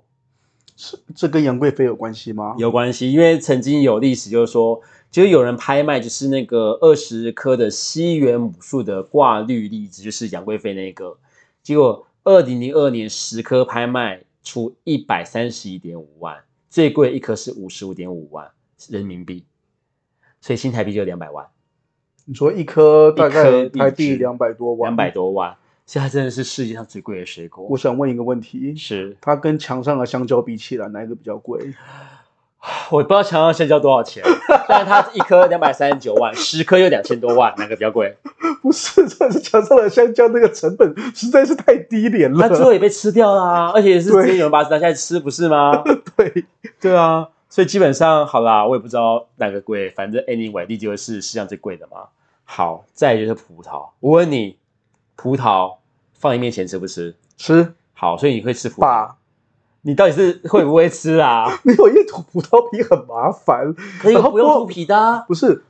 S2: 是这跟杨贵妃有关系吗？
S3: 有关系，因为曾经有历史就是说，就是有人拍卖就是那个二十颗的西元母数的挂绿荔枝，就是杨贵妃那个，结果二零零二年十颗拍卖出一百三十一点五万，最贵一颗是五十五点五万人民币，所以新台币就两百万，
S2: 你说一颗大概
S3: 一颗荔枝
S2: 台币两百多万，
S3: 两百。多万，所以它真的是世界上最贵的水果
S2: 我。想问一个问题，
S3: 是，
S2: 它跟墙上的香蕉比起来，哪一个比较贵？
S3: 我不知道墙上香蕉多少钱，但是它一颗两百三十九万，十颗又两千多万，哪个比较贵？
S2: 不是，这是墙上的香蕉那个成本实在是太低廉 了。
S3: 它最后也被吃掉啦、而且是
S2: 对
S3: 直接有人把它拿下来吃，不是吗？
S2: 对，
S3: 对啊，所以基本上好啦，我也不知道哪个贵，反正 anyway，第九是世界上最贵的嘛。好，再来就是葡萄，我问你，葡萄放你面前吃不吃？
S2: 吃
S3: 好，所以你会吃葡萄？
S2: 吧。
S3: 你到底是会不会吃 啊？
S2: 没有，因为吐葡萄皮很麻烦。
S3: 可以
S2: 然后
S3: 不用
S2: 不
S3: 吐皮的啊、
S2: 不是，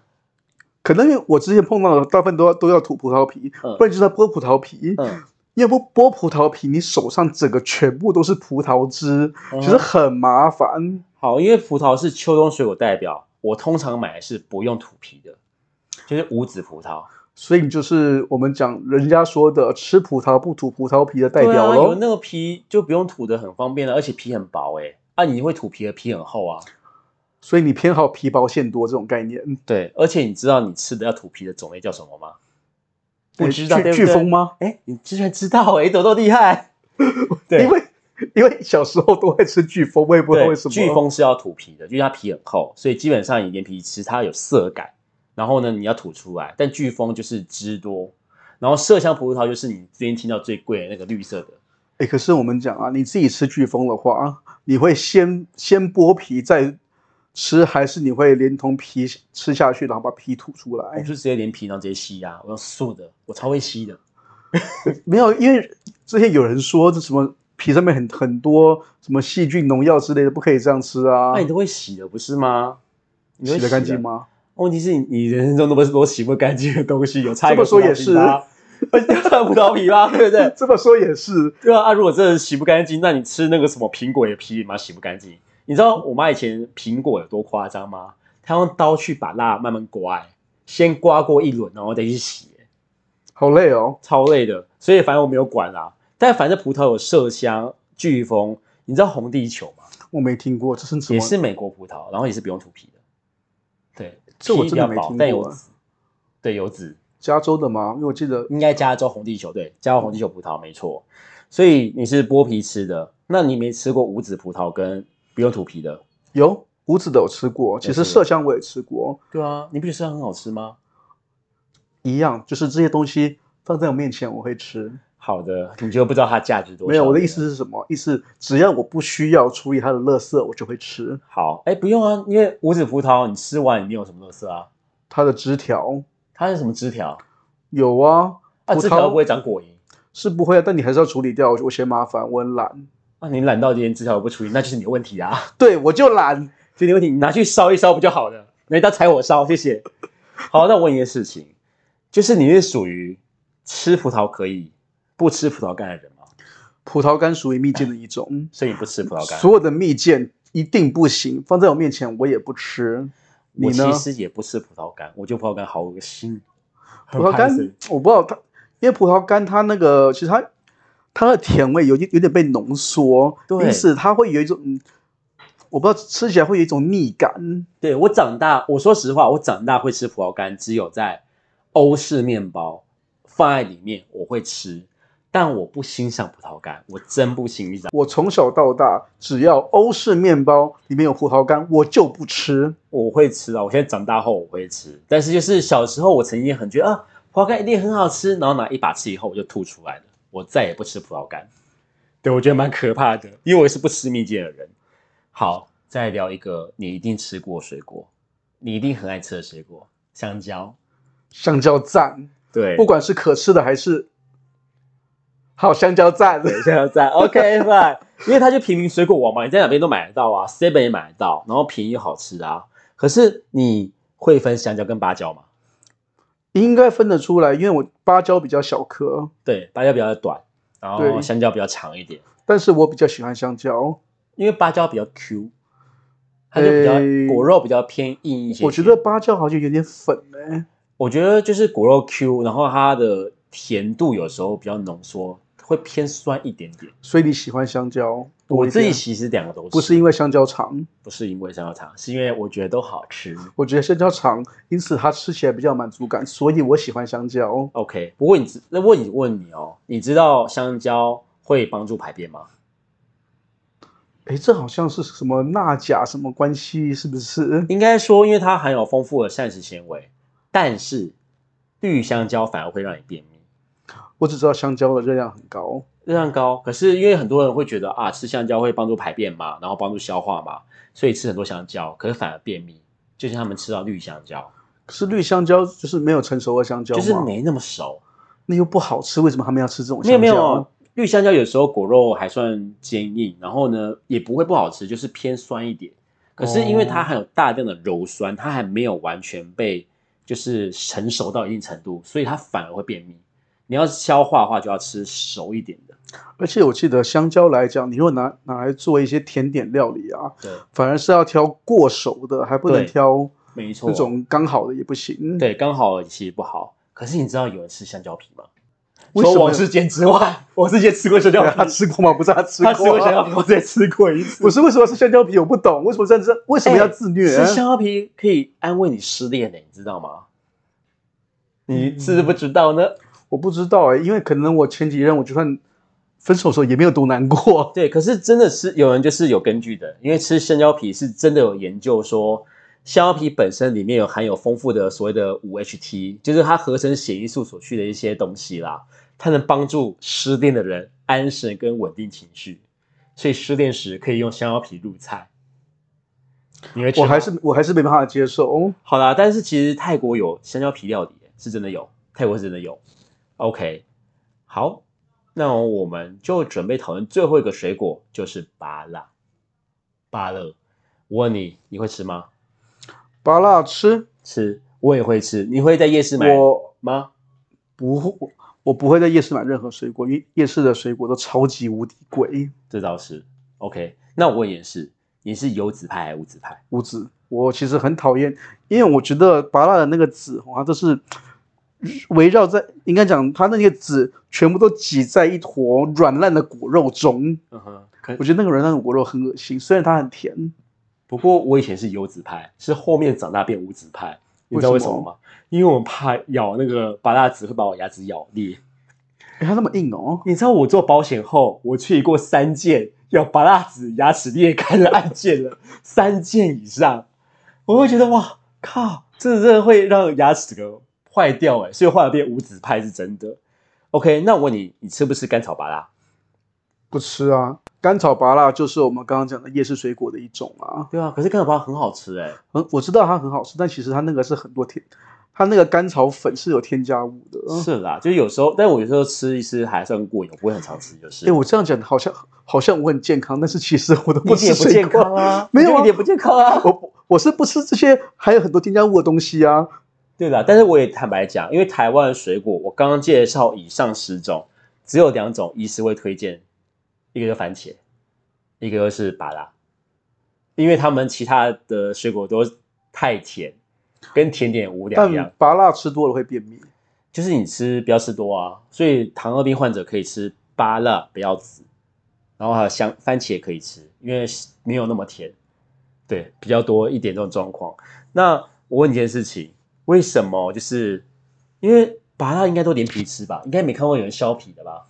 S2: 可能因为我之前碰到的大部分都要都要吐葡萄皮，
S3: 嗯
S2: 不然就是要剥葡萄皮。
S3: 嗯，
S2: 要不剥葡萄皮，你手上整个全部都是葡萄汁，
S3: 嗯
S2: 其实很麻烦。
S3: 好，因为葡萄是秋冬水果代表，我通常买的是不用吐皮的，就是无籽葡萄
S2: 所以你就是我们讲人家说的吃葡萄不吐葡萄皮的代
S3: 对
S2: 表
S3: 啊
S2: 喽
S3: 有。那个皮就不用吐的，很方便啊了，而且皮很薄哎、啊，你会吐皮的皮很厚啊，
S2: 所以你偏好皮薄馅多这种概念，
S3: 对，而且你知道你吃的要吐皮的种类叫什么吗？不
S2: 哎
S3: 知道
S2: 飓
S3: 对不对
S2: 飓风吗？
S3: 哎，你居然知道哎、朵朵 厉害，对
S2: 因为因为小时候都爱吃飓风，我也不知道
S3: 对，
S2: 为什么。
S3: 飓风是要吐皮的，因为它皮很厚，所以基本上你连皮吃它有涩感，然后呢你要吐出来。但飓风就是汁多，然后麝香葡萄就是你最近听到最贵的那个绿色的，
S2: 哎，可是我们讲啊，你自己吃飓风的话，啊你会先先剥皮再吃，还是你会连同皮吃下去，然后把皮吐出
S3: 我
S2: 来哎
S3: 就？直接连皮然后直接吸呀、我用素的，我超会吸的。
S2: 没有，因为之前有人说这什么皮上面很很多什么细菌、农药之类的，不可以这样吃啊
S3: 那、。你都会洗的不是吗？你会
S2: 洗得干净？吗？
S3: 问题是你你人生中都不是都洗不干净的东西，有差一
S2: 这
S3: 个
S2: 么说
S3: 葡萄
S2: 也
S3: 皮
S2: 是
S3: 吗，有啊葡萄皮吧，对不对？
S2: 这么说也是，
S3: 对啊，啊，如果真的洗不干净，那你吃那个什么苹果的皮嘛，洗不干净。你知道我妈以前苹果有多夸张吗？她用刀去把蜡慢慢刮、欸，先刮过一轮，然后再去洗、欸
S2: 好累哦。
S3: 超累的。所以反正我没有管啦。但反正葡萄有麝香、飓风，你知道红地球吗？
S2: 我没听过，这是什么？
S3: 也是美国葡萄，然后也是不用吐皮的。对，
S2: 这我
S3: 皮
S2: 真的
S3: 比
S2: 没
S3: 较薄
S2: 听
S3: 但
S2: 过
S3: 有
S2: 啊
S3: 籽，对，有籽。
S2: 加州的吗？因为我记得
S3: 应该加州红地球，对，加州红地球葡萄没错。所以你是剥皮吃的，那你没吃过无籽葡萄跟不用吐皮的？
S2: 有无籽的有吃过，其实
S3: 吃过
S2: 麝香我也吃过，
S3: 对啊，你不觉得它很好吃吗？
S2: 一样，就是这些东西放在我面前我会吃。
S3: 好的，你就不知道它价值多少。
S2: 没有，我的
S3: 对
S2: 意
S3: 不对。
S2: 思是什么？意思只要我不需要处理它的垃圾，我就会吃
S3: 好，哎，不用啊，因为无籽葡萄你吃完也没有什么垃圾啊。
S2: 它的枝条。
S3: 它是什么枝条？
S2: 有啊，
S3: 啊，
S2: 葡萄
S3: 枝条不会长果蝇
S2: 是不会啊，但你还是要处理掉。我嫌麻烦，我很懒，
S3: 啊！你懒到连枝条都不处理，那就是你的问题啊！
S2: 对我就懒。
S3: 这些问题你拿去烧一烧不就好了？拿去当柴火烧，谢谢。好，那我问一件事情，就是你是属于吃葡萄可以不吃葡萄干的人吗？
S2: 葡萄干属于蜜饯的一种，
S3: 所以你不吃葡萄干。
S2: 所有的蜜饯一定不行，放在我面前我也不吃。你
S3: 我
S2: 呢
S3: 其？实也不吃葡萄干，我觉得葡萄干好恶心。
S2: 葡萄干
S3: 很排斥
S2: 我不知道它，因为葡萄干它那个其实它它的甜味有点有点被浓缩，
S3: 对
S2: 因此它会有一种嗯，我不知道吃起来会有一种腻感。
S3: 对我长大，我说实话，我长大会吃葡萄干，只有在欧式面包放在里面我会吃，但我不欣赏葡萄干，我真不欣赏。
S2: 我从小到大，只要欧式面包里面有葡萄干，我就不吃。
S3: 我会吃啊，我现在长大后我会吃，但是就是小时候我曾经很觉得啊，葡萄干一定很好吃，然后拿一把吃以后我就吐出来了，我再也不吃葡萄干。对，我觉得蛮可怕的，因为我也是不吃蜜饯的人。好，再聊一个你一定吃过的水果，你一定很爱吃的水果——香蕉。
S2: 香蕉赞，
S3: 对
S2: 不管是可吃的还是好香蕉赞。
S3: 香蕉 赞，OK fine，因为它就平民水果王嘛，你在哪边都买得到啊，seven 也买得到，然后便宜又好吃啊。可是你会分香蕉跟芭蕉吗？
S2: 应该分得出来，因为我芭蕉比较小颗，
S3: 对，芭蕉比较短，然后
S2: 对
S3: 香蕉比较长一点，
S2: 但是我比较喜欢香蕉。
S3: 因为芭蕉比较 Q，它就比较、
S2: 诶
S3: 果肉比较偏硬一些些。
S2: 我觉得芭蕉好像有点粉哎、
S3: 我觉得就是果肉 Q，然后它的甜度有时候比较浓缩，会偏酸一点点。
S2: 所以你喜欢香蕉多
S3: 我
S2: 一点？啊
S3: 自己其实两个都吃
S2: 不是因为香蕉长，
S3: 不是因为香蕉肠，是因为我觉得都好吃。
S2: 我觉得香蕉长，因此它吃起来比较有满足感，所以我喜欢香蕉。
S3: OK，不过你知那问你问你哦，你知道香蕉会帮助排便吗？
S2: 诶，这好像是什么钠钾什么关系？是不是？
S3: 应该说，因为它含有丰富的膳食纤维，但是绿香蕉反而会让你便秘。
S2: 我只知道香蕉的热量很高，
S3: 热量高，可是因为很多人会觉得啊，吃香蕉会帮助排便嘛，然后帮助消化嘛，所以吃很多香蕉，可是反而便秘。就像他们吃到绿香蕉，
S2: 可是绿香蕉就是没有成熟的香蕉
S3: 就
S2: 嘛，
S3: 是没那么熟。
S2: 那又不好吃，为什么他们要吃这种
S3: 没
S2: 香蕉？
S3: 有没有，绿香蕉有时候果肉还算坚硬，然后呢也不会不好吃，就是偏酸一点。可是因为
S2: 哦
S3: 它含有大量的鞣酸，它还没有完全被就是成熟到一定程度，所以它反而会便秘。你要消化的话，就要吃熟一点的。
S2: 而且我记得香蕉来讲，你如果拿拿来做一些甜点料理啊，
S3: 对，
S2: 反而是要挑过熟的，还不能
S3: 对
S2: 挑
S3: 没错，
S2: 那种刚好的也不行。，
S3: 对刚好其实不好。可是你知道有人吃香蕉皮吗？
S2: 为什
S3: 除了
S2: 么
S3: 王世坚之外，王世坚吃过香蕉
S2: 他
S3: 皮，
S2: 吃过吗？不是他吃
S3: 他吃
S2: 过
S3: 过香蕉
S2: 啊，
S3: 皮，我之前吃过一次哎
S2: 不。是为什么是香蕉皮？我不懂，为什么这样子？为什么要自虐？啊
S3: 吃香蕉皮可以安慰你失恋呢、你知道吗？
S2: 嗯
S3: 你知不知道呢？
S2: 我不知道哎、因为可能我前几任我就算分手的时候也没有多难过。
S3: 哦对，可是真的是有人就是有根据的，因为吃香蕉皮是真的有研究说，香蕉皮本身里面有含有丰富的所谓的五 HT，就是它合成血液素所需的一些东西啦，它能帮助失恋的人安神跟稳定情绪，所以失恋时可以用香蕉皮入菜。你会吃
S2: 我还
S3: 吗
S2: 是我还是没办法接受，
S3: 好啦，但是其实泰国有香蕉皮料理，是真的有，泰国是真的有。OK，好，那我们就准备讨论最后一个水果，就是芭乐。芭乐，我问你，你会吃吗？
S2: 芭辣吃
S3: 吃，我也会吃。你会在夜市买
S2: 我
S3: 吗？
S2: 不会，我我不会在夜市买任何水果，因为夜市的水果都超级无敌贵。
S3: 这倒是 OK。那我问也是，你是油籽派还是无籽派？
S2: 无籽，我其实很讨厌，因为我觉得芭辣的那个籽，哦它都是围绕在，应该讲它那些籽全部都挤在一坨软烂的果肉中。
S3: 嗯哼，可
S2: 我觉得那个软烂的果肉很恶心，虽然它很甜，
S3: 不过我以前是优质派，是后面长大变无籽派，你知道为
S2: 为
S3: 什
S2: 什
S3: 么
S2: 么
S3: 吗？因为我怕咬那个芭乐籽会把我牙齿咬裂。
S2: 哎，它那么硬哦。
S3: 你知道我做保险后，我处理过三件有拔蜡子牙齿裂开的案件了，三件以上，我会觉得哇靠，这真的会让牙齿给坏掉哎、所以后来变无子派是真的。OK，那我问你，你吃不吃甘草拔蜡？
S2: 不吃啊，甘草芭辣就是我们刚刚讲的夜市水果的一种啊。
S3: 对啊，可是甘草拔蜡很好吃哎、
S2: 嗯，我知道它很好吃，但其实它那个是很多添，它那个甘草粉是有添加物的。
S3: 是啦，就是有时候，但我有时候吃一吃还算欸过瘾，我不会很常吃，就是。
S2: 哎、我这样讲好像好像我很健康，但是其实我都
S3: 你
S2: 不
S3: 一点
S2: 吃
S3: 也不
S2: 水
S3: 健
S2: 果。
S3: 康啊，
S2: 没有啊
S3: 你就一点不健康啊。
S2: 我不我是不吃这些还有很多添加物的东西啊。
S3: 对啦，但是我也坦白讲，因为台湾的水果，我刚刚介绍以上十种，只有两种医师会推荐，一个就番茄，一个就是芭拉，因为他们其他的水果都太甜，跟甜点无两样
S2: 但。芭辣吃多了会便秘，
S3: 就是你吃不要吃多啊，所以糖尿病患者可以吃芭乐，不要籽，然后还有香番茄可以吃，因为没有那么甜，对，比较多一点这种状况。那我问你一件事情，为什么就是因为芭乐应该都连皮吃吧？应该没看过有人削皮的吧？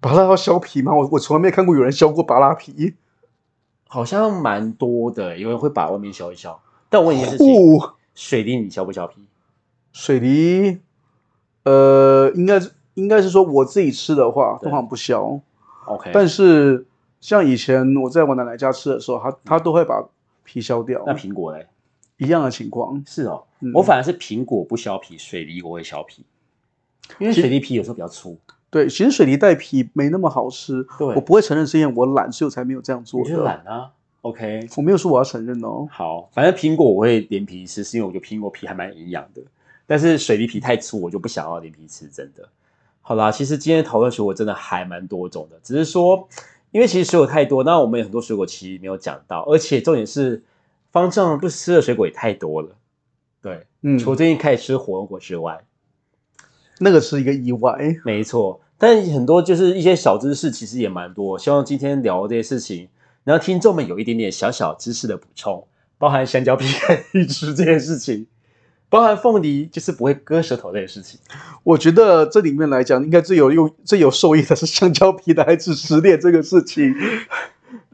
S2: 芭辣要削皮吗？我我从来没看过有人削过芭辣皮。
S3: 好像蛮多的，有人会把外面削一削。但我问你一件事情，
S2: 哦，
S3: 水梨你削不削皮？
S2: 水梨，呃，应该是应该是说我自己吃的话，
S3: 对
S2: 通常不削。
S3: OK，
S2: 但是像以前我在我奶奶家吃的时候，她她都会把皮削掉，
S3: 那苹果嘞？
S2: 一样的情况。
S3: 是哦，
S2: 嗯
S3: 我反而是苹果不削皮，水梨我会削皮，因为水梨皮有时候比较粗。
S2: 对，其实水梨带皮没那么好吃。
S3: 对
S2: 我不会承认是因为我懒，所以我才没有这样做
S3: 我
S2: 的。
S3: 就懒啊。OK，
S2: 我没有说我要承认哦。
S3: 好，反正苹果我会连皮吃，是因为我觉得苹果皮还蛮营养的。但是水梨皮太粗，我就不想要连皮吃，真的。好啦，其实今天讨论水果真的还蛮多种的，只是说，因为其实水果太多，那我们有很多水果其实没有讲到，而且重点是方丈不吃的水果也太多了。对，
S2: 嗯，
S3: 除了最近开始吃火龙果之外，
S2: 那个是一个意外。
S3: 没错，但很多就是一些小知识，其实也蛮多。希望今天聊这些事情，然后听众们有一点点小小知识的补充，包含香蕉皮 可以吃这件事情，包含凤梨就是不会割舌头这件事情。
S2: 我觉得这里面来讲，应该最有用、最有受益的是香蕉皮的还是失恋这个事情。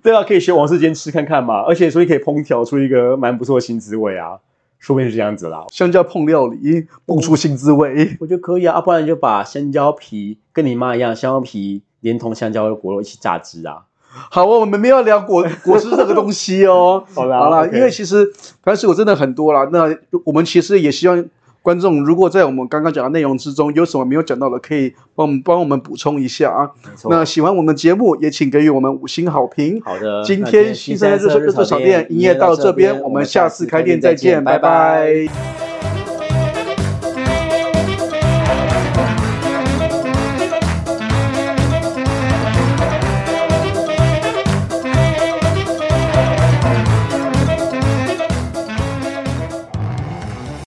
S3: 对啊，可以学王世坚吃看看嘛，而且所以可以烹调出一个蛮不错的新滋味啊，说不定是这样子啦。
S2: 香蕉碰料理，蹦出新滋味。
S3: 我觉得可以啊，啊不然就把香蕉皮跟你妈一样，香蕉皮连同香蕉的果肉一起榨汁啊。
S2: 好哦，我们没有要聊果果汁这个东西哦。
S3: 好啦
S2: 好啦，
S3: OK
S2: 因为其实反正水果真的很多啦。那我们其实也希望观众，如果在我们刚刚讲的内容之中有什么没有讲到的，可以帮我们帮我们补充一下啊。
S3: 没错，
S2: 那喜欢我们的节目，也请给予我们五星好评。
S3: 好的，
S2: 今
S3: 那
S2: 天新生
S3: 三
S2: 日
S3: 色
S2: 日
S3: 日
S2: 日
S3: 常
S2: 常店
S3: 店
S2: 营业到这边，我们下次开店再见，拜拜。
S3: 拜拜